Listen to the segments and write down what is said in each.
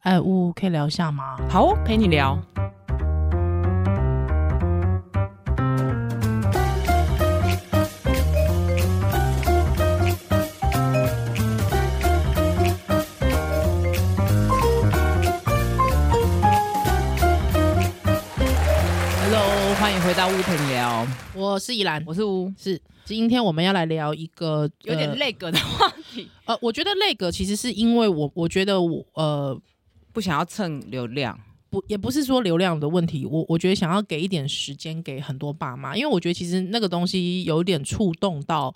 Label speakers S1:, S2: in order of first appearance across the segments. S1: 哎，呜，可以聊一下吗？
S2: 好哦，陪你聊。Hello，欢迎回到屋陪你聊，
S1: 我是依兰，
S2: 我是屋，
S1: 是今天我们要来聊一个呃
S2: 有点累格的话题，
S1: 呃，呃，我觉得那个其实是因为我，我觉得我呃
S2: 不想要蹭流量，
S1: 不也不是说流量的问题，我我觉得想要给一点时间给很多爸妈，因为我觉得其实那个东西有一点触动到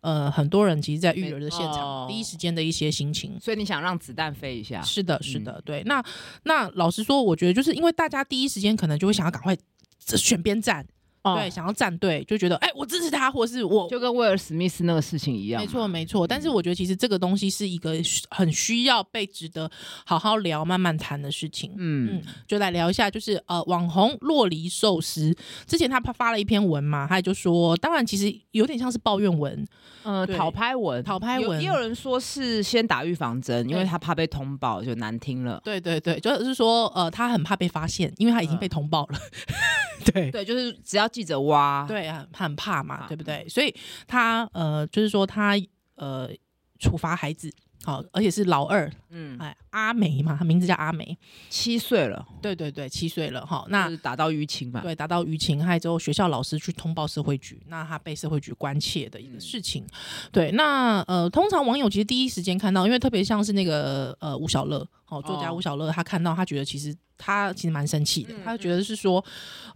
S1: 呃很多人，其实在育儿的现场、
S2: 哦
S1: 第一时间的一些心情。
S2: 所以你想让子弹飞一下，
S1: 是的，是的，对。那那老实说，我觉得就是因为大家第一时间可能就会想要赶快这选边站，
S2: 哦
S1: 对，想要站队，就觉得哎、我支持他，或是我
S2: 就跟威尔史密斯那个事情一样
S1: 没，错，没错。但是我觉得其实这个东西是一个需很需要被值得好好聊、慢慢谈的事情。
S2: 嗯
S1: 嗯，就来聊一下，就是呃，网红洛梨寿司之前他发了一篇文嘛，他就说，当然其实有点像是抱怨文，
S2: 呃，
S1: 对
S2: 讨拍文，
S1: 讨拍
S2: 有
S1: 文
S2: 也有人说是先打预防针，因为
S1: 对
S2: 他怕被通报，就难听了。
S1: 对对对，就是说呃，他很怕被发现，因为他已经被通报了， 对
S2: 对，就是只要记者挖，，
S1: 对啊，他很怕嘛，
S2: 怕
S1: 对不对？所以他呃，就是说他呃，处罚孩子。好，而且是老二，
S2: 嗯，
S1: 哎，阿梅嘛，他名字叫阿梅，
S2: 七岁了，
S1: 对对对，七岁了哈。
S2: 那
S1: 那
S2: 是打到淤青嘛，
S1: 啊对，达到舆情害之后，学校老师去通报社会局，那他被社会局关切的一
S2: 嗯
S1: 个事情。对，那呃，通常网友其实第一时间看到，因为特别像是那个呃吴小乐，哦，作家
S2: 哦
S1: 吴小乐，他看到他觉得其实他其实蛮生气的，
S2: 嗯
S1: 他觉得是说，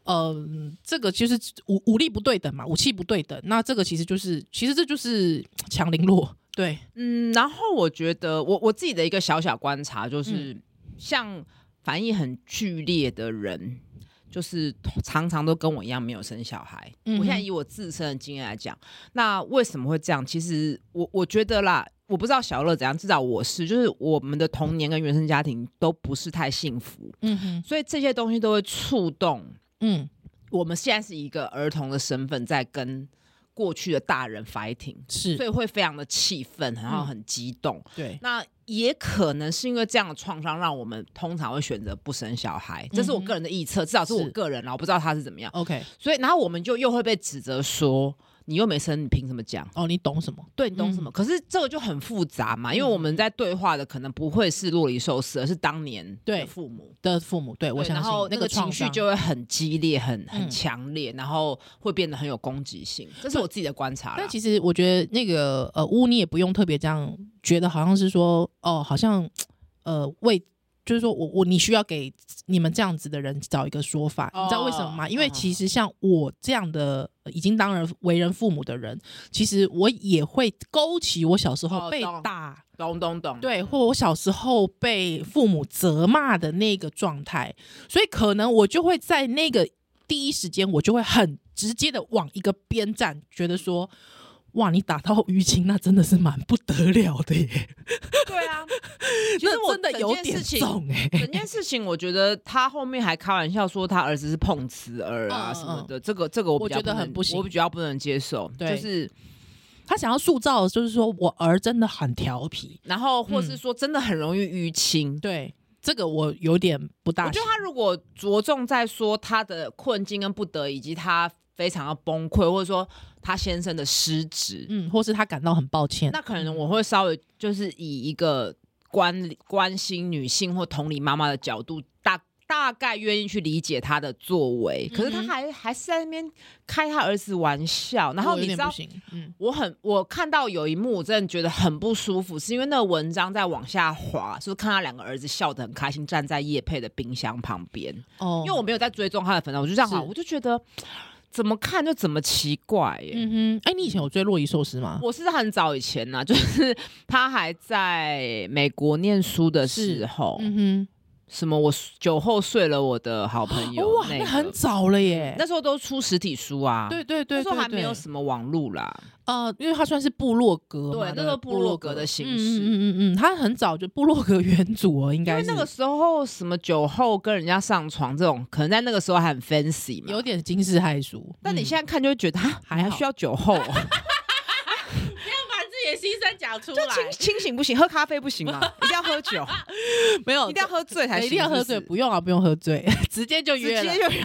S1: 呃，这个就是武武力不对等嘛，武器不对等，那这个其实就是其实这就是强凌弱，对，
S2: 嗯，然后我觉得我我自己的一个小小观察就是，
S1: 嗯
S2: 像反应很剧烈的人。就是常常都跟我一样没有生小孩。
S1: 嗯哼
S2: 我现在以我自身的经验来讲，那为什么会这样？其实我我觉得啦，我不知道小乐怎样，至少我是，就是我们的童年跟原生家庭都不是太幸福，
S1: 嗯哼，
S2: 所以这些东西都会触动
S1: 嗯，
S2: 我们现在是一个儿童的身份在跟过去的大人 fighting，所
S1: 是，
S2: 以会非常的气愤，然
S1: 嗯
S2: 后很激动。
S1: 对，
S2: 那也可能是因为这样的创伤，让我们通常会选择不生小孩，这是我
S1: 嗯哼
S2: 个人的臆测，至少是我
S1: 是
S2: 个人啦，我不知道他是怎么样。
S1: ，OK，
S2: 所以，然后我们就又会被指责说。你又没生，你凭什么讲？
S1: 哦，你懂什么？
S2: 对你懂什么？可是这个就很复杂嘛，因为
S1: 嗯
S2: 我们在对话的可能不会是洛里寿司，而是当年
S1: 对
S2: 的父母。
S1: 的父母，对我
S2: 对
S1: 相
S2: 然
S1: 信
S2: 后那
S1: 个
S2: 个情
S1: 创
S2: 绪
S1: 伤
S2: 就会很激烈、很
S1: 嗯
S2: 很强烈，然后会变得很有攻击性。这是我自己的观察啦。
S1: 但其实我觉得那个呃乌，你也不用特别这样觉得，好像是说哦，好像呃为。就是说我我你需要给你们这样子的人找一个说法，
S2: 哦
S1: 你知道为什么吗？因为
S2: 嗯
S1: 其实像我这样的、呃已经当人为人父母的人，其实我也会勾起我小时候
S2: 哦
S1: 被
S2: 懂
S1: 打，
S2: 懂懂懂，
S1: 对，或我小时候被父母责骂的那个状态，所以可能我就会在那个第一时间，我就会很直接的往一个边站，觉得说。哇，你打到淤青，那真的是蛮不得了的 耶！
S2: 对啊。其实
S1: 那
S2: 我
S1: 真的
S2: 整
S1: 有
S2: 件
S1: 点
S2: 事情
S1: 重哎、
S2: 整件事情，我觉得他后面还开玩笑说他儿子是碰瓷儿
S1: 嗯
S2: 啊
S1: 嗯
S2: 什么的，这个这个我比较
S1: 我觉得
S2: 能
S1: 很不行
S2: 我比较不能接受。
S1: 对
S2: 就是
S1: 他想要塑造，就是说我儿真的很调皮。
S2: 然后或是说真的很容易淤青。
S1: 对，这个我有点不
S2: 我
S1: 大
S2: 觉
S1: 行。
S2: 得他如果着重在说他的困境跟不得，以及他非常要崩溃，或者说他先生的失职，
S1: 嗯，或是他感到很抱歉。
S2: 那可能我会稍微就是以一个关关心女性或同理妈妈的角度，大大概愿意去理解她的作为。可是她
S1: 嗯哼
S2: 还还是在那边开她儿子玩笑，然后
S1: 我有
S2: 你知
S1: 点不
S2: 道。
S1: 行，嗯，
S2: 我很，我看到有一幕，我真的觉得很不舒服，是因为那个文章在往下滑，就是看他两个儿子笑得很开心，站在叶佩的冰箱旁边。
S1: 哦，
S2: 因为我没有在追踪他的粉丝，我就这样滑，
S1: 是
S2: 我就觉得怎么看就怎么奇怪耶。
S1: 嗯哼，哎、你以前有追洛伊寿司吗？
S2: 我是很早以前呐、就是 他还在美国念书的时候，
S1: 嗯
S2: 什么我酒后睡了我的好朋
S1: 哼，
S2: 友，
S1: 哦哇，
S2: 那
S1: 那
S2: 个
S1: 很早了耶。
S2: 那时候都出实体书啊，
S1: 对对对
S2: 那时候还没有
S1: 对
S2: 什么网络啦，
S1: 呃，因为它算是部落格嘛，
S2: 对那时候部落格的形式
S1: 嗯嗯嗯嗯，它很早就部落格元祖哦，应
S2: 因
S1: 该
S2: 为
S1: 是
S2: 那个时候什么酒后跟人家上床这种，可能在那个时候还很 fancy 嘛，
S1: 有。点惊世骇俗。
S2: 但你现
S1: 在
S2: 在看就会觉得，啊，
S1: 还好
S2: 还需要酒后哦、
S1: 把自己给先生讲出
S2: 就
S1: 来，
S2: 清清醒不行，喝咖啡不 行吗？一定要喝酒，
S1: 没有
S2: 一定要喝醉才行，
S1: 一定要喝
S2: 是
S1: 醉，
S2: 不
S1: 不用啊，不用喝醉，直接就是
S2: 直
S1: 约了
S2: 接。就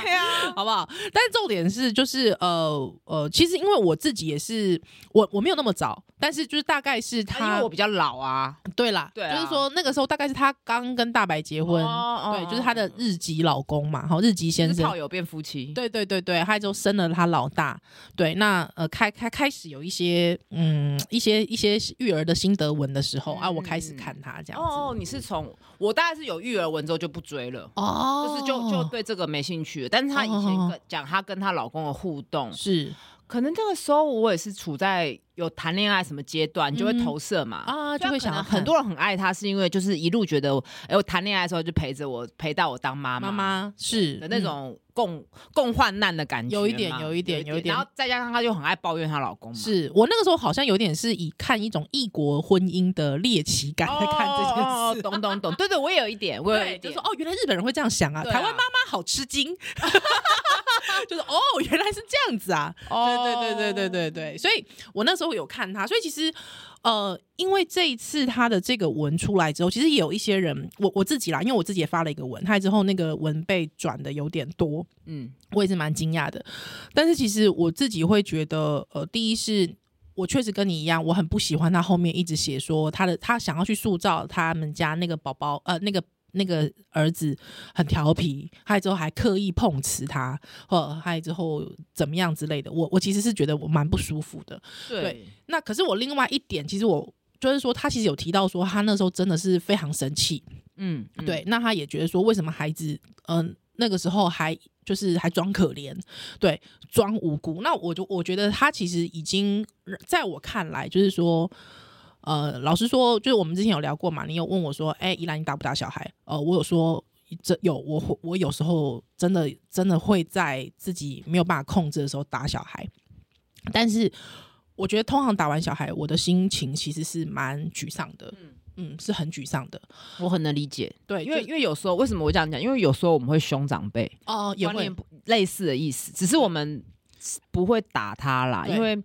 S2: 对啊，
S1: 好不好？但重点是，就是呃呃，其实因为我自己也是，我我没有那么早，但是就是大概是
S2: 因
S1: 他，
S2: 为我比较老啊，
S1: 对啦，
S2: 对啊
S1: 就是说那个时候大概是他刚跟大白结婚，
S2: 哦
S1: 对，就是他的
S2: 哦哦
S1: 日籍老公嘛，好，日籍先
S2: 就是
S1: 生
S2: 炮，友变夫妻，
S1: 对对对对，他就生了他老大，对，那呃开开开始有一些嗯一些一些育儿的心得文的时候、啊，我开始看他这样子，
S2: 哦，你是从我大概是有育儿文之后就不追了。
S1: 哦
S2: 就是就就对这个没兴趣了，但是她以前
S1: 哦
S2: 跟讲她跟她老公的互动，
S1: 是
S2: 可能这个时候我也是处在有谈恋爱什么阶段，你就会
S1: 嗯
S2: 投射嘛，
S1: 啊，
S2: 所以
S1: 就会
S2: 她可
S1: 想
S2: 能
S1: 要
S2: 很
S1: 看
S2: 多人很爱她，是因为就是一路觉得，哎、我谈恋爱的时候就陪着我，陪到我当妈
S1: 妈妈是
S2: 的那
S1: 嗯
S2: 种共、共患难的感觉嘛，
S1: 有一点有一点有一点
S2: 然后再加上她就很爱抱怨她老公嘛，
S1: 是我那个时候好像有点是以看一种异国婚姻的猎奇感来看这件事。
S2: 哦哦哦懂懂懂，对对，我也有一点，我也有一
S1: 对，就
S2: 点
S1: 说。哦，原来日本人会这样想啊，
S2: 对啊
S1: 台湾妈妈好吃惊， 就是哦，原来是这样子啊，
S2: 哦
S1: 对对对对对对对，所以我那时候有看他，所以其实呃，因为这一次他的这个文出来之后，其实也有一些人，我我自己啦，因为我自己也发了一个文，他之后那个文被转的有点多，
S2: 嗯，
S1: 我也是蛮惊讶的。但是其实我自己会觉得，呃，第一是。我确实跟你一样，我很不喜欢他后面一直写说他的他想要去塑造他们家那个宝宝呃那个那个儿子很调皮，还之后还刻意碰瓷他，或还之后怎么样之类的。我我其实是觉得我蛮不舒服的。
S2: 对，
S1: 那可是我另外一点，其实我就是说他其实有提到说他那时候真的是非常生气，
S2: 嗯，嗯
S1: 对，，那他也觉得说，为什么孩子，嗯、那个时候还就是还装可怜，对，装无辜。那我就我觉得他其实已经在我看来，就是说，呃，老实说，就是我们之前有聊过嘛，你有问我说，哎、依兰你打不打小孩？呃，我有说。这有我会，我有时候真的真的会在自己没有办法控制的时候打小孩，但是我觉得通常打完小孩，我的心情其实是蛮沮丧的，嗯是很沮丧的，
S2: 我很能理解，
S1: 对，
S2: 因为
S1: 就
S2: 因为有时候为什么我这样讲？因为有时候我们会凶长辈，
S1: 哦、也
S2: 观
S1: 会
S2: 念不类似的意思，只是我们不会打他啦，
S1: 对
S2: 因为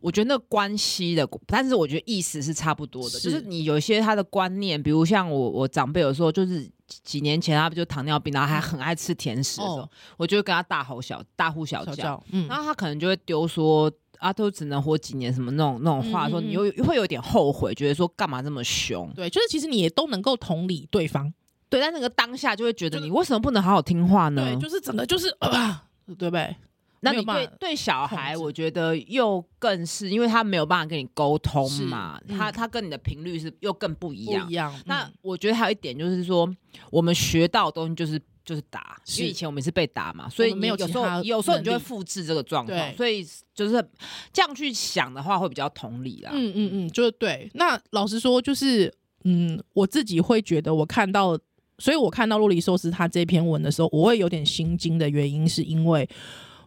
S2: 我觉得那关系的，但是我觉得意思是差不多的，
S1: 是
S2: 就是你有一些他的观念，比如像我我长辈有时候就是几几年前他不就糖尿病，然后还很爱吃甜食的时候，
S1: 哦
S2: 我就会跟他大吼小大呼小
S1: 小
S2: 叫，
S1: 叫，嗯
S2: 然，后他可能就会丢说。啊，都只能活几年，什么那种那种话，
S1: 嗯嗯
S2: 说你
S1: 嗯
S2: 又会有点后悔，觉得说干嘛这么凶？
S1: 对，就是其实你也都能够同理对方，
S2: 对，但那个当下就会觉得
S1: 就是
S2: 你为什么不能好好听话呢？
S1: 对，就是整个就是，呃、对不对？
S2: 那
S1: 没有
S2: 你
S1: 办
S2: 对
S1: 法
S2: 对小孩，
S1: 控制
S2: 我觉得又更是，因为他没有办法跟你沟通
S1: 是
S2: 嘛，
S1: 嗯
S2: 他他跟你的频率是又更不一
S1: 不
S2: 样。
S1: 一样。
S2: 那
S1: 嗯
S2: 我觉得还有一点就是说，我们学到的东西就是就是打，
S1: 是
S2: 因为以前我们是被打嘛，所以
S1: 我们没有
S2: 你有
S1: 其
S2: 时候
S1: 他
S2: 有时候你
S1: 能
S2: 就会
S1: 力
S2: 复制这个状况，
S1: 对
S2: 所以就是这样去想的话会比较同理啦。
S1: 嗯嗯嗯，就是对。那老实说，就是嗯，我自己会觉得我看到，所以我看到洛丽寿司他这篇文的时候，我会有点心惊的原因，是因为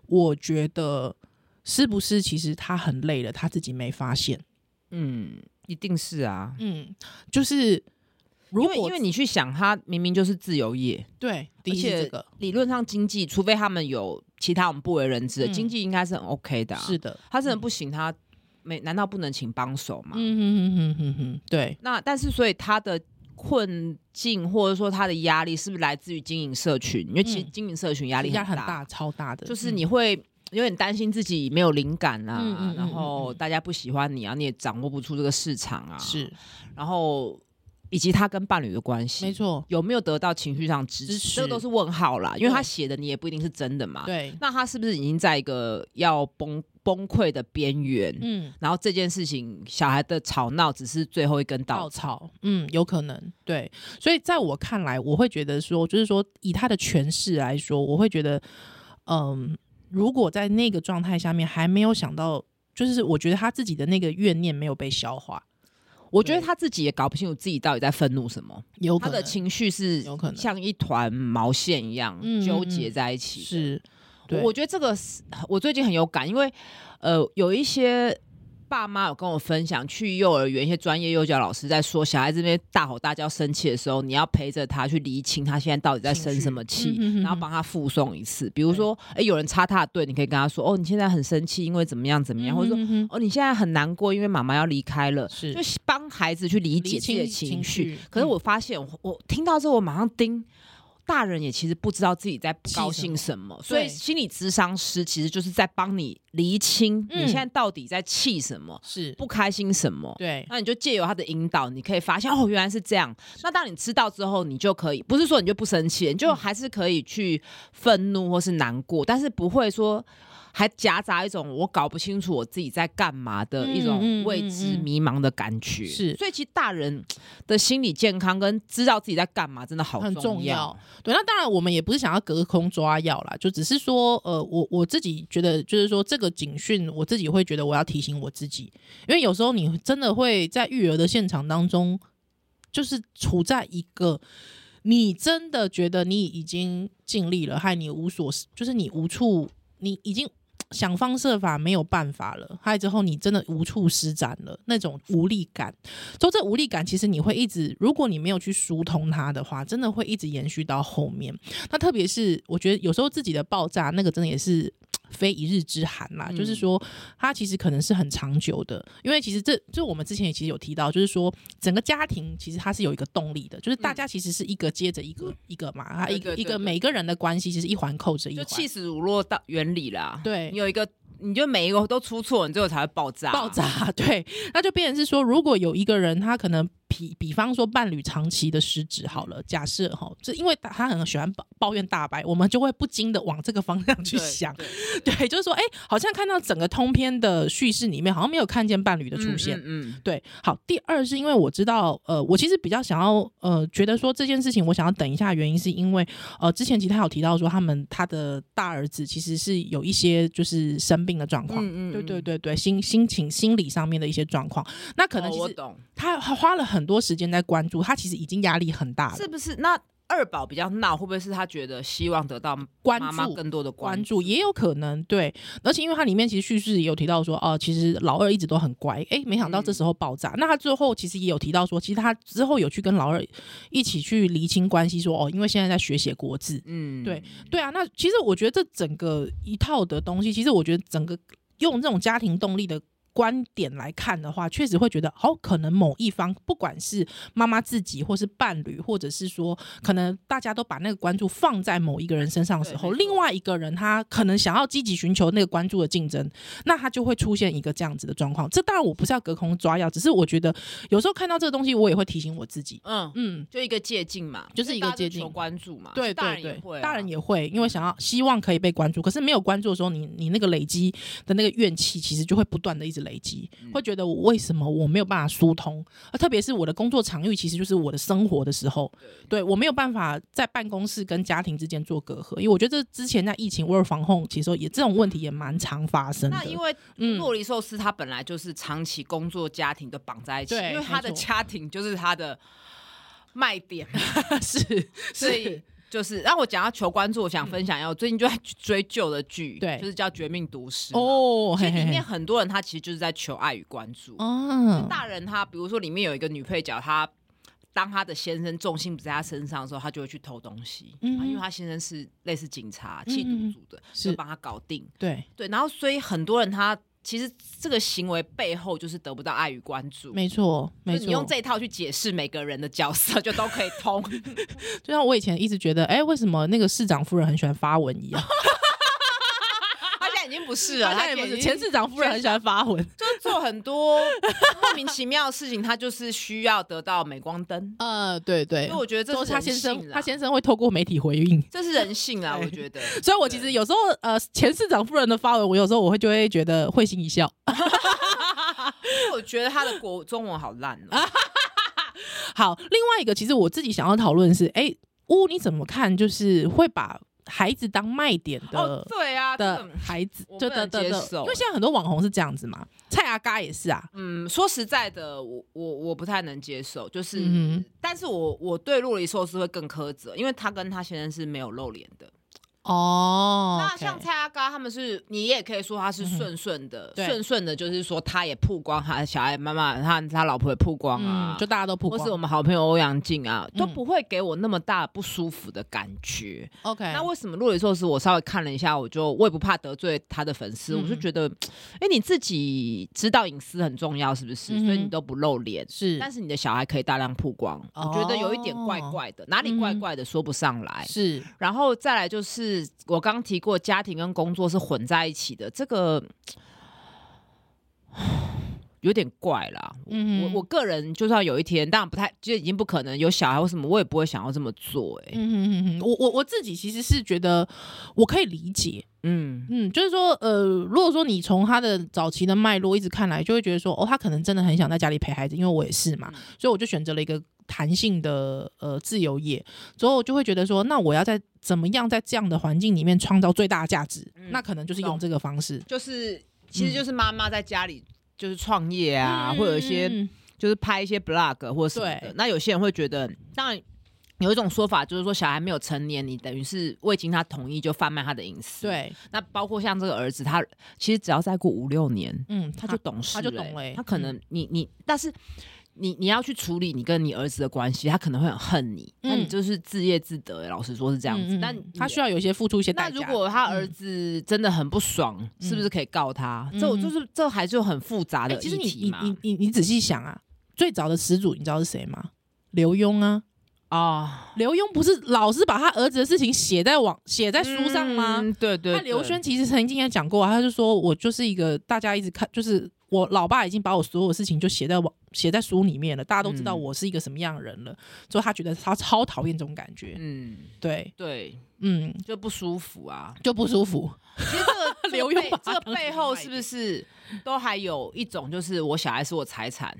S1: 我觉得是不是其实他很累了，他自己没发现。
S2: 嗯，一定是啊，
S1: 嗯，就是如
S2: 因为
S1: 果
S2: 因为你去想，他明明就是自由业，
S1: 对，的
S2: 而
S1: 确是
S2: 且
S1: 这个
S2: 理论上经济，除非他们有其他我们不为人知的，
S1: 嗯
S2: 经济应该是很 OK 的、啊。
S1: 是的，
S2: 他真的不行，他没难道不能请帮手吗？
S1: 嗯哼哼哼哼哼，对，
S2: 那但是所以他的困境或者说他的压力是不是来自于经营社群？因为其实
S1: 嗯
S2: 经营社群压力
S1: 压
S2: 很
S1: 很大，超大的，
S2: 就是
S1: 嗯
S2: 你会。有点担心自己没有灵感啊，
S1: 嗯嗯嗯嗯
S2: 然后大家不喜欢你啊，你也掌握不出这个市场啊，，
S1: 是
S2: 然后以及他跟伴侣的关系，
S1: 没，错，
S2: 有没有得到情绪上支持，
S1: 支持
S2: 这个都是问号啦，因为
S1: 对
S2: 他写的你也不一定是啊真的嘛，
S1: 对，
S2: 那他是不是已经在一个要崩崩溃的边缘？
S1: 嗯，
S2: 然后这件事情，小孩的吵闹只是最后一根稻
S1: 稻
S2: 草。
S1: 草，嗯，有可能，对，所以在我看来，我会觉得说，就是说，以他的诠释来说，我会觉得，嗯，如果在那个状态下面还没有想到，就是我觉得他自己的那个怨念没有被消化，
S2: 我觉得他自己也搞不清楚自己到底在愤怒什么，
S1: 有
S2: 他
S1: 可
S2: 的
S1: 能
S2: 情绪是
S1: 有可能
S2: 像一团毛线一样
S1: 嗯
S2: 纠结在一起。
S1: 是，
S2: 我
S1: 对，嗯
S2: 我觉得这个是我最近很有感，因为呃，有一些爸妈有跟我分享，去幼儿园一些专业幼教老师在说，小孩子那边大吼大叫、生气的时候，你要陪着他去厘清他现在到底在生什么
S1: 情
S2: 气
S1: 绪，嗯哼哼
S2: 然后帮他附送一次。比如说，哎、有人插他的队，你可以跟他说，哦，你现在很生气，因为怎么样怎么样，或者说，
S1: 嗯哼哼
S2: 哦，你现在很难过，因为妈妈要离开了，
S1: 是
S2: 就是帮孩子去理解自己的
S1: 厘清
S2: 情
S1: 情
S2: 绪
S1: 绪。
S2: 可是
S1: 嗯
S2: 我发现，我我听到之后，我马上盯。大人也其实不知道自己在不
S1: 气
S2: 高
S1: 什
S2: 兴
S1: 么
S2: 什么，所以
S1: 对
S2: 心理咨商师其实就是在帮你厘清你
S1: 嗯
S2: 现在到底在气什么，
S1: 是
S2: 不开心什么。
S1: 对，
S2: 那你就借由他的引导，你可以发现哦，原来是这样。那当你知道之后，你就可以不是说你就不生气，你
S1: 嗯
S2: 就还是可以去愤怒或是难过，但是不会说还夹杂一种我搞不清楚我自己在干嘛的一种
S1: 嗯嗯嗯
S2: 未知
S1: 嗯
S2: 迷茫的感觉。
S1: 是
S2: 所以其实大人的心理健康跟知道自己在干嘛真的好
S1: 很
S2: 重
S1: 重要。对，那当然我们也不是想要隔空抓药啦，就只是说，呃，我我自己觉得，就是说这个警讯，我自己会觉得我要提醒我自己，因为有时候你真的会在育儿的现场当中，就是处在一个你真的觉得你已经尽力了，害你无所，就是你无处，你已经。想方设法没有办法了，还有之后你真的无处施展了，那种无力感，就这无力感，其实你会一直，如果你没有去疏通它的话，真的会一直延续到后面。那特别是我觉得有时候自己的爆炸，那个真的也是。非一日之寒啦，
S2: 嗯
S1: 就是说，它其实可能是很长久的，因为其实这就我们之前也其实有提到，就是说整个家庭其实它是有一个动力的，就是大家其实是一个接着一个、一个嘛，它一个
S2: 嗯对对对
S1: 一个
S2: 对
S1: 每个人的关系其实一环扣着一
S2: 就
S1: 环，
S2: 气死乳酪到原理啦。
S1: 对
S2: 你有一个，你就每一个都出错，你最后才会爆炸。
S1: 爆炸，对，那就变成是说，如果有一个人他可能比比方说伴侣长期的失职好了，假设哈，这因为他很喜欢抱抱怨大白，我们就会不禁的往这个方向去
S2: 对
S1: 想，
S2: 对
S1: 对，就是说，哎、好像看到整个通篇的叙事里面，好像没有看见伴侣的出现。
S2: 嗯嗯嗯
S1: 对，好，第二是因为我知道，呃，我其实比较想要，呃，觉得说这件事情我想要等一下，原因是因为，呃，之前其实他有提到说，他们他的大儿子其实是有一些就是生病的状况，
S2: 嗯嗯
S1: 对对
S2: 嗯
S1: 对对，心心情心理上面的一些状况，那可能
S2: 哦
S1: 其
S2: 我
S1: 实
S2: 懂，
S1: 他他花了很多时间在关注，他其实已经压力很大了，
S2: 是不是？那二宝比较闹，会不会是他觉得希望得到
S1: 关
S2: 妈妈
S1: 注
S2: 更多的
S1: 关
S2: 关
S1: 注也有可能对，而且因为它里面其实叙事也有提到说，哦、其实老二一直都很乖，诶，没想到
S2: 嗯
S1: 这时候爆炸。那他最后其实也有提到说，其实他之后有去跟老二一起去厘清关系，说哦，因为现在在学写国字，
S2: 嗯，
S1: 对对啊。那其实我觉得这整个一套的东西，其实我觉得整个用这种家庭动力的。观点来看的话，确实会觉得，哦，可能某一方，不管是妈妈自己，或是伴侣，或者是说，可能大家都把那个关注放在某一个人身上的时候，
S2: 对没错
S1: 另外一个人他可能想要积极寻求那个关注的竞争，那他就会出现一个这样子的状况。这当然我不是要隔空抓药，只是我觉得有时候看到这个东西，我也会提醒我自己，
S2: 嗯，
S1: 嗯。
S2: 就一个借镜嘛，
S1: 就是一个
S2: 因为大家
S1: 借镜
S2: 求关注嘛，
S1: 对
S2: 大
S1: 对
S2: 人也会
S1: 对，
S2: 啊，
S1: 大人也会，因为想要希望可以被关注，可是没有关注的时候，你你那个累积的那个怨气，其实就会不断的一直累积，
S2: 嗯
S1: 会觉得我为什么我没有办法疏通？而特别是我的工作场域，其实就是我的生活的时候，对我没有办法在办公室跟家庭之间做隔阂，因为我觉得这之前在疫情 work from home，其实也这种问题也蛮常发生的。
S2: 那因为
S1: 嗯
S2: 洛梨寿司他本来就是长期工作家庭都绑在一起，
S1: 对
S2: 因为他的
S1: 没错
S2: 家庭就是他的 卖点，
S1: 是
S2: 所以
S1: 是，
S2: 就是让我讲到求关注，我想分享一下，我最近就在追旧的剧，
S1: 对
S2: 就是叫《绝命毒师》嘛，
S1: 哦，
S2: 其
S1: 嘿
S2: 实里
S1: 嘿
S2: 面
S1: 嘿，
S2: 很多人他其实就是在求爱与关注，
S1: 哦，
S2: 大人他，比如说里面有一个女配角，她当她的先生重心不在她身上的时候，她就会去偷东西，
S1: 嗯
S2: 啊因为她先生是类似警察、
S1: 嗯
S2: 缉毒组的，
S1: 是
S2: 就帮她搞定。
S1: 对，
S2: 对，然后所以很多人他其实这个行为背后就是得不到爱与关注。
S1: 没错，
S2: 就
S1: 没错，
S2: 你用这一套去解释每个人的角色，就都可以 通。
S1: 就像我以前一直觉得，哎、为什么那个市长夫人很喜欢发文一样？
S2: 他现在已经不是
S1: 大
S2: 了，
S1: 家
S2: 他
S1: 也不
S2: 已
S1: 是
S2: 经
S1: 前市长夫人很喜欢发文，
S2: 就是做很多莫名其妙的事情，他就是需要得到镁光灯。
S1: 呃，对对
S2: 所以我觉得这
S1: 都
S2: 是
S1: 是他
S2: 人
S1: 先生
S2: 性，啦
S1: 他先生会透过媒体回应。
S2: 这是人性啦，
S1: 对
S2: 我觉得。
S1: 所以，我其实有时候，呃，前市长夫人的发文，我有时候我会就会觉得会心一笑。
S2: 我觉得他的国中文好烂 哦、
S1: 好，另外一个，其实我自己想要讨论的是，哎、乌你怎么看？就是会把孩子当卖点的、
S2: 哦，对啊，
S1: 的
S2: 的，
S1: 孩子
S2: 我，
S1: 就
S2: 不
S1: 的
S2: 能
S1: 的
S2: 接
S1: 的，
S2: 受
S1: 因为现在很多网红是这样子嘛，蔡阿嘎也是啊，
S2: 嗯，说实在的，我我我不太能接受，就是，
S1: 嗯哼
S2: 但是我我对洛梨寿司会更苛责，因为他跟他先生是没有露脸的，
S1: 哦
S2: 那像蔡阿嘎他们是，你也可以说他是顺顺的，
S1: 嗯对
S2: 顺顺的，就是说他也曝光他的小孩妈妈，他他老婆也曝光啊，
S1: 嗯，就大家都曝
S2: 或是我
S1: 光
S2: 们好朋友欧阳靖啊，都
S1: 嗯
S2: 不会给我那么大不舒服的感觉。
S1: ，OK，
S2: 那为什么洛里寿司？我稍微看了一下，我就我也不怕得罪他的粉丝，
S1: 嗯
S2: 我就觉得，哎、你自己知道隐私很重要，是不是？
S1: 嗯哼
S2: 所以你都不露脸。
S1: 是，
S2: 但是你的小孩可以大量曝光，
S1: 哦嗯
S2: 我觉得有一点怪怪的，哪里怪怪的说不上来。
S1: 是
S2: 然后再来就是我刚提过，家庭跟工作是混在一起的，这个有点怪啦。
S1: 嗯
S2: 我我个人就算有一天，当然不太，就已经不可能有小孩或什么，我也不会想要这么做、欸。哎，
S1: 嗯嗯嗯，我我我自己其实是觉得我可以理解，
S2: 嗯，
S1: 嗯，就是说，呃，如果说你从他的早期的脉络一直看来，就会觉得说，哦，他可能真的很想在家里陪孩子，因为我也是嘛，
S2: 嗯
S1: 所以我就选择了一个弹性的呃自由业，之后我就会觉得说，那我要在怎么样在这样的环境里面创造最大的价值，
S2: 嗯
S1: 那可能就是
S2: 懂
S1: 用这个方式
S2: 就是其实就是妈妈在家里就是创业啊，
S1: 嗯
S2: 会有一些
S1: 嗯
S2: 就是拍一些 blog 或者什么的
S1: 对。
S2: 那有些人会觉得，当然。有一种说法就是说，小孩没有成年，你等于是未经他同意就贩卖他的隐私。，
S1: 对，
S2: 那包括像这个儿子，他其实只要再过五六年，
S1: 嗯，
S2: 他
S1: 他
S2: 就
S1: 就
S2: 懂事、
S1: 他就懂了
S2: 欸
S1: 欸
S2: 他可能你你，但是你你要去处理你跟你儿子的关系，他可能会很恨你。那、你
S1: 嗯
S2: 就是自业自得、欸，老实说是这样子。
S1: 嗯嗯
S2: 但
S1: 嗯他
S2: 你
S1: 需要有一些付出一些
S2: 那
S1: 代价。
S2: 如果他儿子真的很不爽，是不是可以告他？
S1: 嗯
S2: 这我就是这还是有很复杂
S1: 哎、
S2: 的
S1: 其实
S2: 议
S1: 你
S2: 题
S1: 你
S2: 嘛。
S1: 你你你仔细想啊，最早的始祖你知道是谁吗？刘墉啊，
S2: 啊，
S1: 刘墉不是老是把他儿子的事情写在网写在书上吗？
S2: 嗯对对
S1: 那
S2: 对，
S1: 刘轩其实曾经也讲过、啊，他就说我就是一个大家一直看，就是我老爸已经把我所有事情就写在网写在书里面了，大家都知道
S2: 嗯
S1: 我是一个什么样的人了，所以他觉得他超讨厌这种感觉，
S2: 嗯，
S1: 对，
S2: 对，
S1: 嗯，
S2: 就不舒服啊。
S1: 就不舒服，
S2: 其实 这个
S1: 刘
S2: 这个背
S1: 墉把他
S2: 这个
S1: 当成
S2: 背后
S1: 另外一
S2: 是
S1: 个
S2: 不是都还有一种就是我小孩是我财产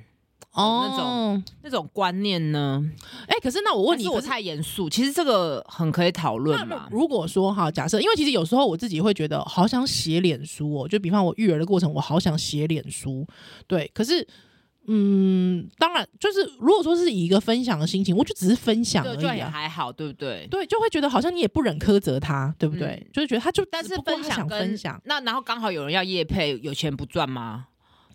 S2: 那
S1: 种，
S2: 那种观念呢？
S1: 哎、可是那我问
S2: 还
S1: 你，
S2: 是我
S1: 可是
S2: 太严肃，其实这个很可以讨论
S1: 那
S2: 嘛。
S1: 如果说哈，假设，因为其实有时候我自己会觉得好想写脸书哦，就比方我育儿的过程，我好想写脸书，对，可是。嗯，当然，就是如果说是以一个分享的心情，我就只是分享而
S2: 就就
S1: 已
S2: 也
S1: 啊。
S2: 还好，对不对？
S1: 对，就会觉得好像你也不忍苛责他，对不对？
S2: 嗯
S1: 就是觉得他就
S2: 但是
S1: 只不过
S2: 分
S1: 他
S2: 享
S1: 想
S2: 跟
S1: 分享，
S2: 那然后刚好有人要业配，有钱不赚吗？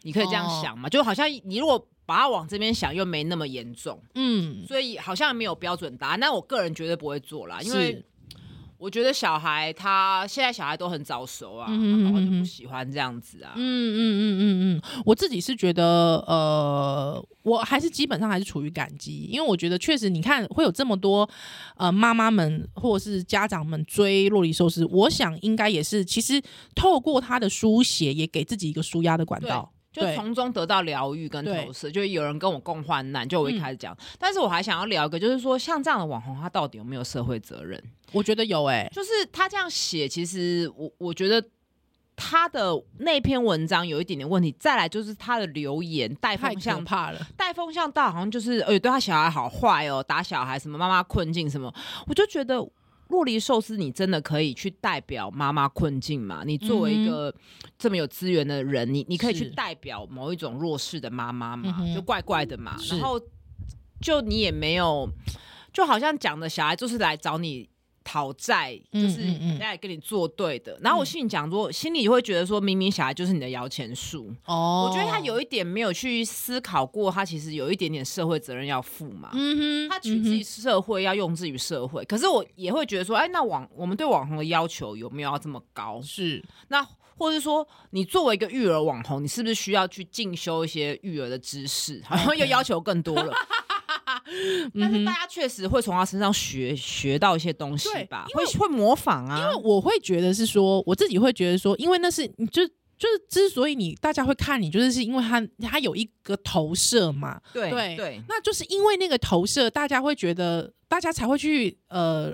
S2: 你可以这样
S1: 哦
S2: 想嘛，就好像你如果把它往这边想，又没那么严重，
S1: 嗯，
S2: 所以好像没有标准答案。但我个人绝对不会做啦，因为
S1: 是
S2: 我觉得小孩他现在小孩都很早熟啊，
S1: 嗯哼
S2: 然后就
S1: 嗯
S2: 不
S1: 哼
S2: 喜欢这样子啊。
S1: 嗯嗯嗯嗯嗯，我自己是觉得，呃，我还是基本上还是处于感激，因为我觉得确实，你看会有这么多呃妈妈们或者是家长们追洛丽寿司，我想应该也是，其实透过她的书写，也给自己一个舒压的管道。
S2: 就
S1: 对
S2: 从中得到疗愈跟投射，就有人跟我共患难，就我
S1: 嗯
S2: 一开始讲，但是我还想要聊一个，就是说像这样的网红，他到底有没有社会责任？
S1: 我觉得有哎、
S2: 就是他这样写，其实我我觉得他的那篇文章有一点点问题。再来就是他的留言带
S1: 太
S2: 风
S1: 可
S2: 向，
S1: 怕了。
S2: 带风向到好像就是，哎、对他小孩好坏哦，打小孩什么妈妈困境什么，我就觉得。洛梨寿司，你真的可以去代表妈妈困境吗？你作为一个这么有资源的人，你你可以
S1: 嗯
S2: 去
S1: 是
S2: 代表某一种弱势的妈妈
S1: 嗯
S2: 吗？
S1: 哼
S2: 就怪怪的嘛。
S1: 是
S2: 然后就你也没有，就好像讲的小孩就是来找你讨债，
S1: 嗯
S2: 就是
S1: 嗯嗯
S2: 来跟你作对的。然后我心里讲说，心里会觉得说，明明小孩就是你的摇钱树，
S1: 哦
S2: 我觉得他，有一点没有去思考过，他其实有一点点社会责任要负嘛。
S1: 嗯哼，
S2: 他取之于社会，要用之于社会。可是我也会觉得说，哎，那网我们对网红的要求有没有要这么高
S1: 嗯哼？是
S2: 那或是说，你作为一个育儿网红，你是不是需要去进修一些育儿的知识？好像又要求更多 了。但是大家确实会从他身上学学到一些东西
S1: 嗯对
S2: 吧，
S1: 因
S2: 会
S1: 为
S2: 会模仿啊。
S1: 因为我会觉得是说，我自己会觉得说，因为那是你就就是之所以你大家会看你，就是是因为他他有一个投射嘛，
S2: 对
S1: 对
S2: 对，
S1: 那就是因为那个投射，大家会觉得大家才会去呃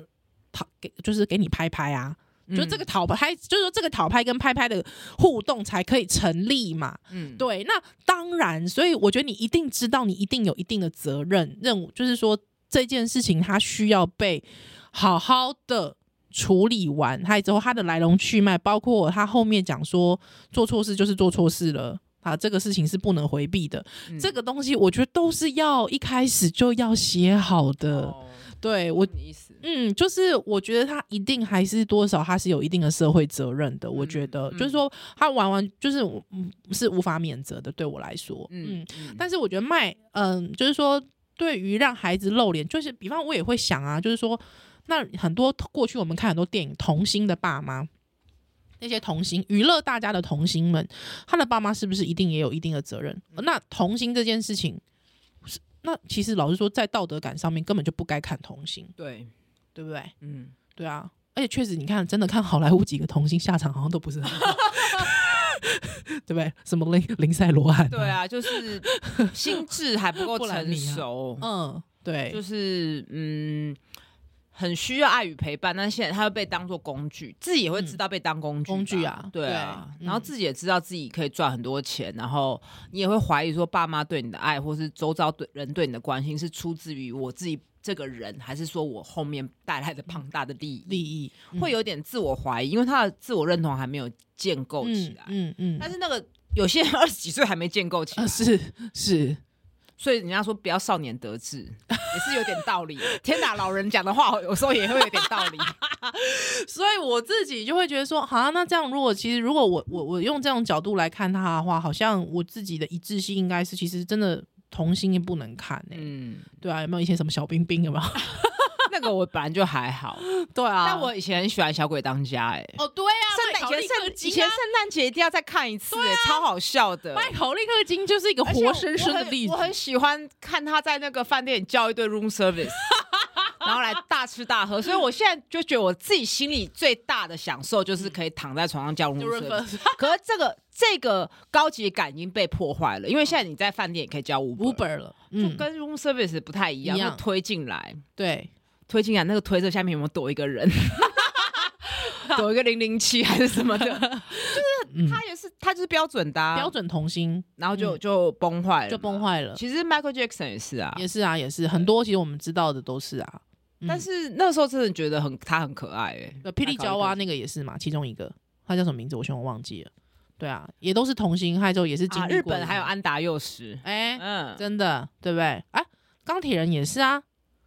S1: 讨给就是给你拍拍啊，就
S2: 嗯
S1: 这个讨拍，就是说这个讨拍跟拍拍的互动才可以成立嘛。
S2: 嗯，嗯，
S1: 对，那当然，所以我觉得你一定知道，你一定有一定的责任任务，就是说这件事情它需要被好好的处理完，还有之后它的来龙去脉，包括他后面讲说做错事就是做错事了。啊，这个事情是不能回避的。
S2: 嗯
S1: 这个东西，我觉得都是要一开始就要写好的。
S2: 哦
S1: 对我
S2: 你意思？
S1: 嗯，就是我觉得他一定还是多少他是有一定的社会责任的，我觉
S2: 嗯
S1: 得、
S2: 嗯
S1: 就是说他完完就是我嗯是无法免责的，对我来说，嗯，
S2: 嗯，嗯
S1: 但是我觉得卖嗯，就是说对于让孩子露脸，就是比方我也会想啊，就是说那很多过去我们看很多电影童星的爸妈。那些童星娱乐大家的童星们，他的爸妈是不是一定也有一定的责任？
S2: 嗯
S1: 那童星这件事情，是那其实老实说，在道德感上面根本就不该看童星，
S2: 对，
S1: 对不对？
S2: 嗯，
S1: 对啊，而且确实，你看，真的看好莱坞几个童星下场好像都不是很好， 对不对？什么林林赛罗汉、
S2: 对，啊，就是 心智还不够
S1: 布兰
S2: 成
S1: 妮啊
S2: 熟，
S1: 嗯，对，
S2: 就是嗯，很需要爱与陪伴，但现在他又被当做工具，自己也会知道被当工
S1: 嗯
S2: 具、
S1: 工具啊
S2: 对啊，
S1: 对
S2: 然后
S1: 嗯
S2: 自己也知道自己可以赚很多钱，然后你也会怀疑说，爸妈对你的爱，或是周遭对人对你的关心，是出自于我自己这个人，还是说我后面带来的庞大的利益？
S1: 利益嗯
S2: 会
S1: 有
S2: 有点自我怀疑，因为他的自我认同还没有建构起来。
S1: 嗯嗯，
S2: 但
S1: 是
S2: 是那个有些人二十几岁还没建构起来，
S1: 呃是是，
S2: 所以人家说不要少年得志，也是有点道理。 天哪，老人讲的话有时候也会有点 道理。
S1: 所以我自己就会觉得说，好、啊，那这样如果其实如果我我我用这种角度来看他的话，好像我自己的一致性应该是，其实真的童星也不能看哎、
S2: 嗯，
S1: 对啊，有没有以前什么小冰冰有没
S2: 那个我本来就还好，
S1: 有？对啊
S2: 但我以前很喜欢小鬼当家、哎、
S1: 哦对啊，
S2: 圣
S1: 麦
S2: 诞
S1: 考
S2: 以前
S1: 利克
S2: 圣以
S1: 金
S2: 前
S1: 啊
S2: 圣，诞节一定要再看一次、哎、超好笑的。
S1: 麦考利克金就是一个
S2: 而且
S1: 活生生
S2: 我
S1: 的
S2: 很
S1: 例子
S2: 我。很喜欢看他在那个饭店里叫一堆 room service，然后来大吃大喝。所以我现在就觉得我自己心里最大的享受就是可以躺在床上叫 room
S1: 就润
S2: service。
S1: 分
S2: 可是这个这个高级感已经被破坏了，因为现在你在饭店也可以叫 Uber，,
S1: Uber 了，
S2: 就
S1: 嗯，
S2: 跟 room service 不太一样，
S1: 一样
S2: 就推进来。
S1: 对，
S2: 推进来那个推车下面有没有躲一个人？躲一个零零七还是什么的，
S1: 嗯，
S2: 他也是他就是标准的、啊，
S1: 标，准童星
S2: 然后就、就崩坏了，
S1: 就崩。坏 了，
S2: 其实 Michael Jackson 也是啊，
S1: 也是啊，也是很多，其实我们知道的都是啊，嗯
S2: 但是那时候真的觉得很他很可爱哎、
S1: 呃霹雳娇娃
S2: 那
S1: 那个也是嘛，其中一个，他叫什么名字？我全忘记了。对啊，也都是童星，还有之后也是经
S2: 啊，
S1: 历
S2: 日
S1: 过
S2: 本
S1: 的
S2: 还有安达幼时，
S1: 哎，
S2: 嗯，
S1: 真的对不对？哎，钢铁人也是啊，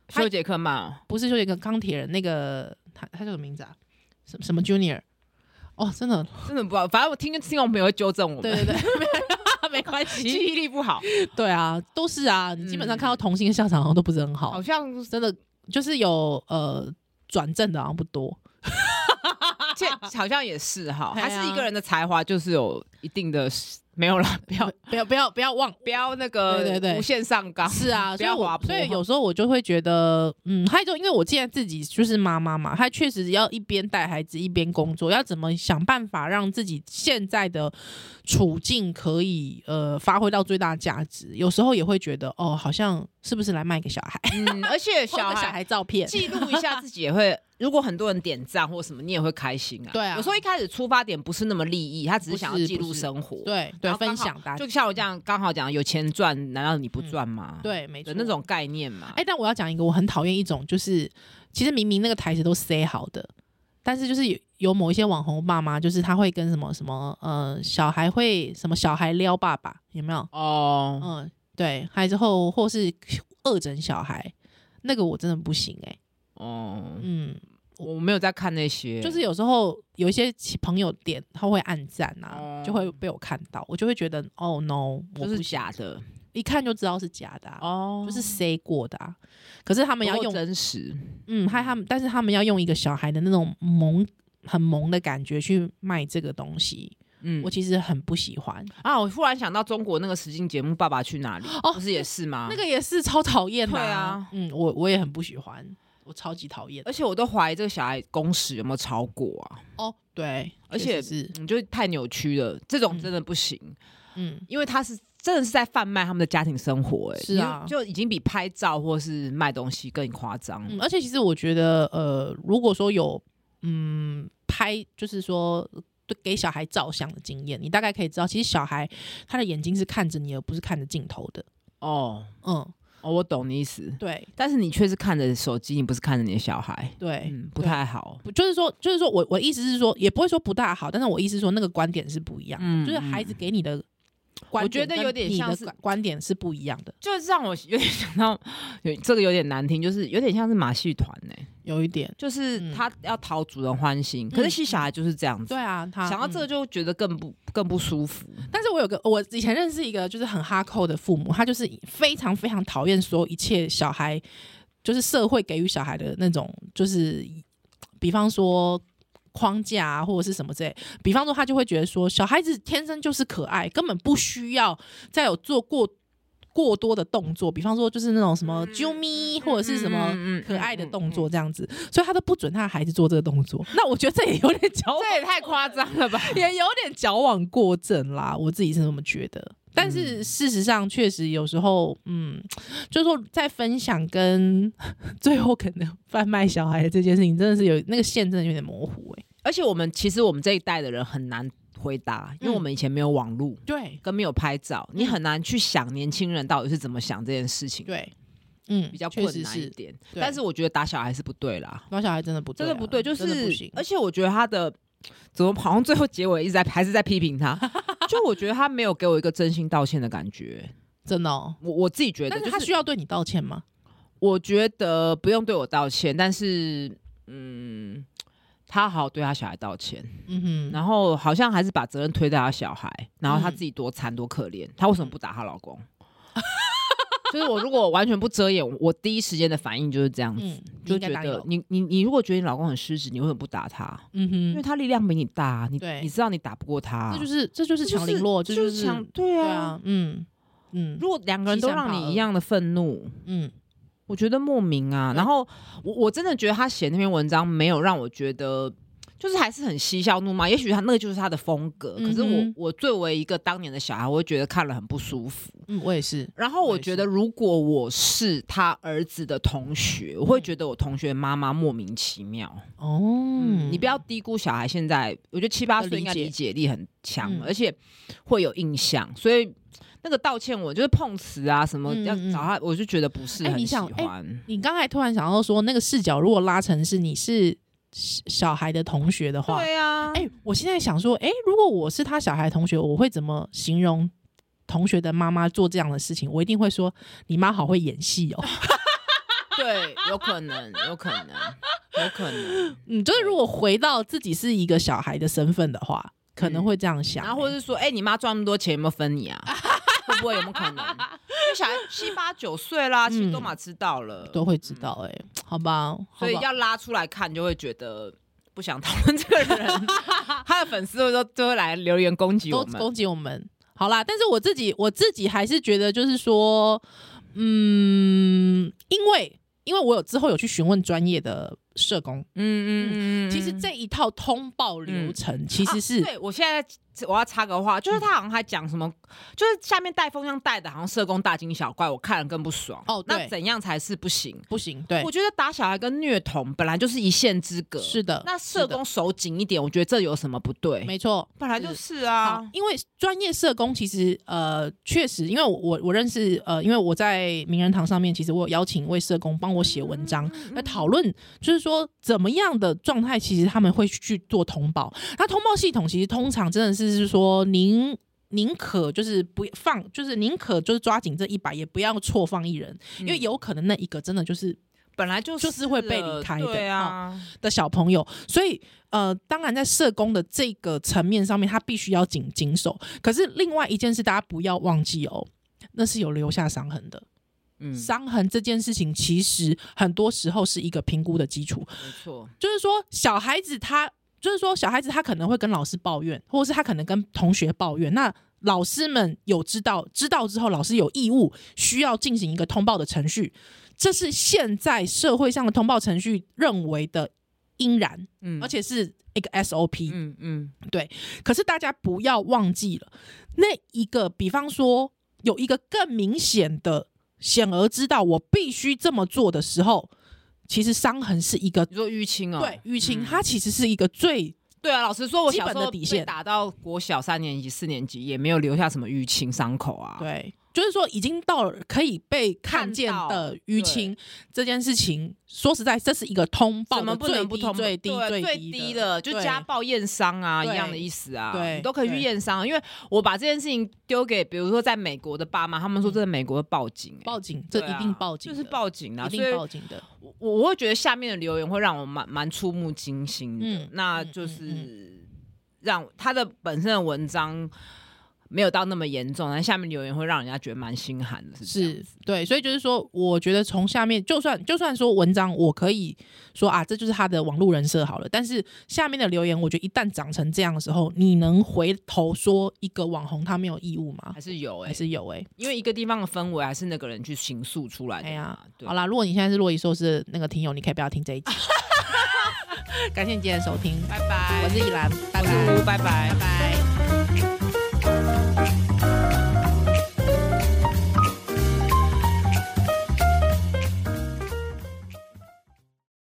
S1: 他
S2: 修杰克曼
S1: 不是说有一个钢铁人那个他他叫什么名字啊？什什么 Junior？哦，真的，
S2: 真的不好，反正我听听众朋友会纠正我们，
S1: 对对对，没关
S2: 记
S1: 系，
S2: 忆力不好，
S1: 对啊，都是啊，你基本上看到童星的下场好像都不是很好，
S2: 嗯好像
S1: 真的就是有呃转正的好像不多，
S2: 这好像也是 哈，
S1: 哎呀
S2: 还是一个人的才华就是有一定的没有啦，不 要
S1: 不要不要不要忘。
S2: 不要那个
S1: 对对对
S2: 无限上纲，
S1: 是啊，
S2: 不
S1: 所以
S2: 要滑
S1: 我
S2: 坡，
S1: 所以有时候我就会觉得，嗯，还有一种，因为我现在自己就是妈妈嘛，她确实要一边带孩子一边工作，要怎么想办法让自己现在的处境可以呃发挥到最大价值。有时候也会觉得，哦，好像是不是来卖个小 孩，
S2: 嗯，而且小
S1: 换个
S2: 孩
S1: 小孩照片，
S2: 记录一下自己也会，如果很多人点赞或什么，你也会开心啊。
S1: 对啊
S2: 有时候一开始出发点不是那么利益，他只是想
S1: 不
S2: 要
S1: 是
S2: 记录
S1: 不是
S2: 生活。
S1: 对对
S2: 然，后刚
S1: 分
S2: 好
S1: 享大家
S2: 就像我这样，刚好讲有钱赚，难道你不赚吗？
S1: 对，没错
S2: 的那种概念嘛。
S1: 哎、但我要讲一个，我很讨厌一种，就是其实明明那个台词都塞好的，但是就是有有某一些网红爸妈，就是他会跟什么什么呃小孩会什么小孩撩爸爸，有没有？
S2: 哦，
S1: 嗯，对，还有之后或是恶整小孩，那个我真的不行哎、
S2: 哦，
S1: 嗯，
S2: 我没有在看那些，
S1: 就是有时候有一些其朋友点他会暗赞啊，
S2: 哦
S1: 就会被我看到，我就会觉得哦 no，我
S2: 就
S1: 不
S2: 是
S1: 行
S2: 假的
S1: 一看就知道是假的、啊，
S2: 哦
S1: 就是塞过的、啊，可是他
S2: 我
S1: 们要用
S2: 真实，
S1: 嗯，害他们，但是他们要用一个小孩的那种萌、很萌的感觉去卖这个东西，
S2: 嗯
S1: 我其实很不喜欢。
S2: 啊，我忽然想到中国那个实境节目《爸爸去哪里》，
S1: 哦
S2: 不是也是吗？
S1: 那个也是超讨厌的、
S2: 对啊
S1: 嗯，我我也很不喜欢，我超级讨厌。
S2: 而且我都怀疑这个小孩工时有没有超过啊？
S1: 哦，对，
S2: 而
S1: 确
S2: 且
S1: 实是，
S2: 你就太扭曲了，这种
S1: 嗯
S2: 真的不行，
S1: 嗯，
S2: 因为他是真的是在贩卖他们的家庭生活、哎，
S1: 是啊
S2: 你就就已经比拍照或是卖东西更夸张。
S1: 嗯，而且其实我觉得，呃，如果说有，嗯，拍就是说。对，给小孩照相的经验，你大概可以知道，其实小孩他的眼睛是看着你，而不是看着镜头的。
S2: 哦
S1: 嗯，
S2: 哦，我懂你意思，
S1: 对
S2: 但是你却是看着手机，你不是看着你的小孩，
S1: 对，
S2: 嗯，不
S1: 对
S2: 太好。
S1: 不就是说，就是说我我意思是说，也不会说不大好，但是我意思是说那个观点是不一样的，
S2: 嗯
S1: 就是孩子给你的观
S2: 我觉
S1: 点
S2: 得
S1: 跟
S2: 有点
S1: 你
S2: 像
S1: 的
S2: 是
S1: 观观点是不一样的，
S2: 就是让我有点想到，有这个有点难听，就是有点像是马戏团欸呢、
S1: 有一点。
S2: 就是
S1: 嗯
S2: 他要讨主人欢心，可是其实小孩就是这样子。
S1: 对啊，他
S2: 想到这
S1: 嗯
S2: 个就觉得更不更不舒服，
S1: 但是我有个，我以前认识一个就是很哈扣的父母，他就是非常非常讨厌所有一切小孩，就是社会给予小孩的那种，就是比方说框架啊，或者是什么之类。比方说，他就会觉得说，小孩子天生就是可爱，根本不需要再有做过过多的动作，比方说就是那种什么啾咪或者是什么。
S2: 嗯
S1: 可爱的动作这样子，所以他都不准他的孩子做这个动作。那我觉得这也有点矫枉
S2: 这也太夸张了吧？
S1: 也有点矫枉过正啦，我自己是这么觉得。但是
S2: 嗯
S1: 事实上，确实有时候，嗯，就是说在分享跟 最后可能贩卖小孩这件事情，真的是有那个线真的有点模糊哎、
S2: 而且我们其实我们这一代的人很难回答，
S1: 嗯
S2: 因为我们以前没有网络，
S1: 对
S2: 跟没有拍照，你很难去想年轻人到底是怎么想这件事情，，
S1: 嗯对，嗯，
S2: 比较
S1: 确
S2: 困
S1: 实
S2: 难一
S1: 是
S2: 点。
S1: 对
S2: 但是我觉得打小孩是不对啦，
S1: 搞小孩真的不对
S2: 真
S1: 啊、
S2: 的不对，就
S1: 真的不
S2: 是
S1: 行，
S2: 而且我觉得他的怎么好像最后结尾一直在还是在批 评他，就我觉得他没有给我一个真心道歉的感觉。
S1: 真的、哦。
S2: 我我自己觉得，
S1: 但是
S2: 就
S1: 他需要对你道歉吗？
S2: 我觉得不用对我道歉，但是嗯，他好好对他小孩道歉，
S1: 嗯哼，
S2: 然后好像还是把责任推到他小孩，然后他
S1: 嗯
S2: 自己多惨多可怜，他为什么不打她老 公？就是我如果完全不遮掩，我第一时间的反应就是这样子，
S1: 嗯，你
S2: 就
S1: 应该
S2: 觉
S1: 打你老
S2: 得
S1: 公
S2: 你你你如果觉得你老公很失职，你为什么不打他？
S1: 嗯
S2: 因
S1: 哼，
S2: 为他力量比你大啊，你
S1: 对
S2: 你知道你打不过他啊、
S1: 这就是这就是
S2: 这就
S1: 强凌弱，这
S2: 就是强，对
S1: 对
S2: 啊。
S1: 啊，嗯嗯
S2: 如果两个人都让你一样的愤怒，
S1: 嗯，
S2: 我觉得莫名啊。然后我我真的觉得他写那篇文章没有让我觉得。就是还是很嬉笑怒骂，也许他那个就是他的风格。可是我、
S1: 嗯哼
S2: 我作为一个当年的小孩，我会觉得看了很不舒服。
S1: 嗯，我也是，
S2: 然后
S1: 我
S2: 我
S1: 也
S2: 觉
S1: 是
S2: 得，如果我是他儿子的同学，我会觉得我同学妈妈莫名其妙。
S1: 哦，
S2: 嗯，你不要低估小孩现在，我觉得七八岁应该
S1: 的理
S2: 理解力很强，
S1: 嗯
S2: 而且会有印象，所以那个道歉我就是碰瓷啊什么
S1: 嗯嗯
S2: 要找他，我就觉得不是
S1: 哎
S2: 很
S1: 你
S2: 喜
S1: 想
S2: 欢。
S1: 你刚才突然想到说，那个视角如果拉成是你是小小孩的同学的话，
S2: 对啊，
S1: 哎、我现在想说，哎、如果我是他小孩的同学，我会怎么形容同学的妈妈做这样的事情？我一定会说，你妈好会演戏 哦。
S2: 对，有可能，有可能，有可 能。
S1: 嗯，就是如果回到自己是一个小孩的身份的话，可能
S2: 嗯
S1: 会这样想、
S2: 然后或者是说，哎、你妈赚那么多钱，有没有分你啊？ 会不会有没有可能？因为小孩七八九岁啦，其实都
S1: 嗯
S2: 嘛知道了，
S1: 都会知道、哎、好吧，
S2: 所以
S1: 好吧
S2: 要拉出来看，就会觉得不想讨论这个 人，他的粉丝会说就会来留言攻击我
S1: 都
S2: 们。
S1: 攻击我们。好啦，但是我自己我自己还是觉得，就是说，嗯，因为因为我有之后有去询问专业的社工，
S2: 嗯嗯嗯，嗯
S1: 其实这一套通报流程其实是、嗯
S2: 啊对我现在我要插个话，就是他好像还讲什么，就是下面带风向带的，好像社工大惊小怪，我看了更不爽。
S1: 哦对
S2: 那怎样才是不行？
S1: 不行，对
S2: 我，觉得打小孩跟虐童本来就是一线之隔。
S1: 是的，
S2: 那社工手紧一点，我觉得这有什么不对？
S1: 没错。
S2: 本来就是
S1: 好
S2: 啊，，
S1: 因为专业社工其实呃，确实，因为我我我认识呃，因为我在名人堂上面，其实我有邀请一位社工帮我写文章，来讨论，就是说怎么样的状态，其实他们会去做通报。那通报系统其实通常真的是是说，您宁可就是不放，就是宁可就是抓紧这一百，也不要错放一人，因为
S2: 嗯
S1: 有可能那一个真的就是
S2: 本来就
S1: 就是会被离开的哦
S2: 对啊，
S1: 的小朋友，所以呃，当然在社工的这个层面上面，他必须要紧紧守。可是另外一件事，大家不要忘记哦，那是有留下伤痕的。
S2: 嗯，没
S1: 伤痕这件事情，其实很多时候是一个评估的基础。
S2: 错，
S1: 就是说小孩子他，就是说小孩子他可能会跟老师抱怨，或者是他可能跟同学抱怨。那老师们有知道，知道之后，老师有义务需要进行一个通报的程序，这是现在社会上的通报程序认为的应然，
S2: 嗯
S1: 而且是一个 SOP。
S2: 嗯嗯，
S1: 可是大家不要忘记了，那一个，比方说有一个更明显的、显而知道我必须这么做的时候，其实伤痕是一个
S2: 你说淤青哦，
S1: 对，雨晴
S2: 嗯
S1: 她其实是一个最
S2: 对啊，老实说，我
S1: 基
S2: 小
S1: 本
S2: 时
S1: 的
S2: 候
S1: 底
S2: 被
S1: 线
S2: 打到国小三年级、四年级，也没有留下什么淤青伤口啊。，
S1: 对，就是说已经到了可以被看见
S2: 看到
S1: 的淤青这件事情，说实在，这是一个通报
S2: 怎么
S1: 的
S2: 不
S1: 最
S2: 能不
S1: 低
S2: 通
S1: 最低
S2: 对最
S1: 低
S2: 低
S1: 的
S2: 的，就家暴验伤啊一
S1: 对
S2: 样的意思啊，
S1: 对
S2: 你都可以去
S1: 对
S2: 验伤。因为我把这件事情丢给，比如说在美国的爸妈，他
S1: 嗯
S2: 们说这是美国的报警、欸，
S1: 报警，这
S2: 对
S1: 一
S2: 啊
S1: 定报警，
S2: 就是，报警啊，
S1: 一
S2: 所
S1: 定
S2: 以
S1: 报警的。
S2: 我我会觉得下面的留言会让我蛮蛮触目惊心的，
S1: 嗯
S2: 那
S1: 嗯
S2: 就
S1: 嗯
S2: 是让他的本身的文章。没有到那么严重，但下面留言会让人家觉得蛮心寒的，是这样
S1: 是对，所以就是说，我觉得从下面，就算就算说文章，我可以说啊，这就是他的网络人设好了。但是下面的留言，我觉得一旦长成这样的时候，你能回头说一个网红他没有义务吗？
S2: 还是有哎、
S1: 还是有哎、
S2: 因为一个地方的氛围还是那个人去形塑出来的
S1: 哎呀
S2: 嘛。对
S1: 好啦，如果你现在是洛伊寿司的那个听友，你可以不要听这一 集。感谢你今天的收听，
S2: 拜拜，
S1: 我是依兰，拜
S2: 拜
S1: 拜，
S2: 拜拜
S1: 拜。拜。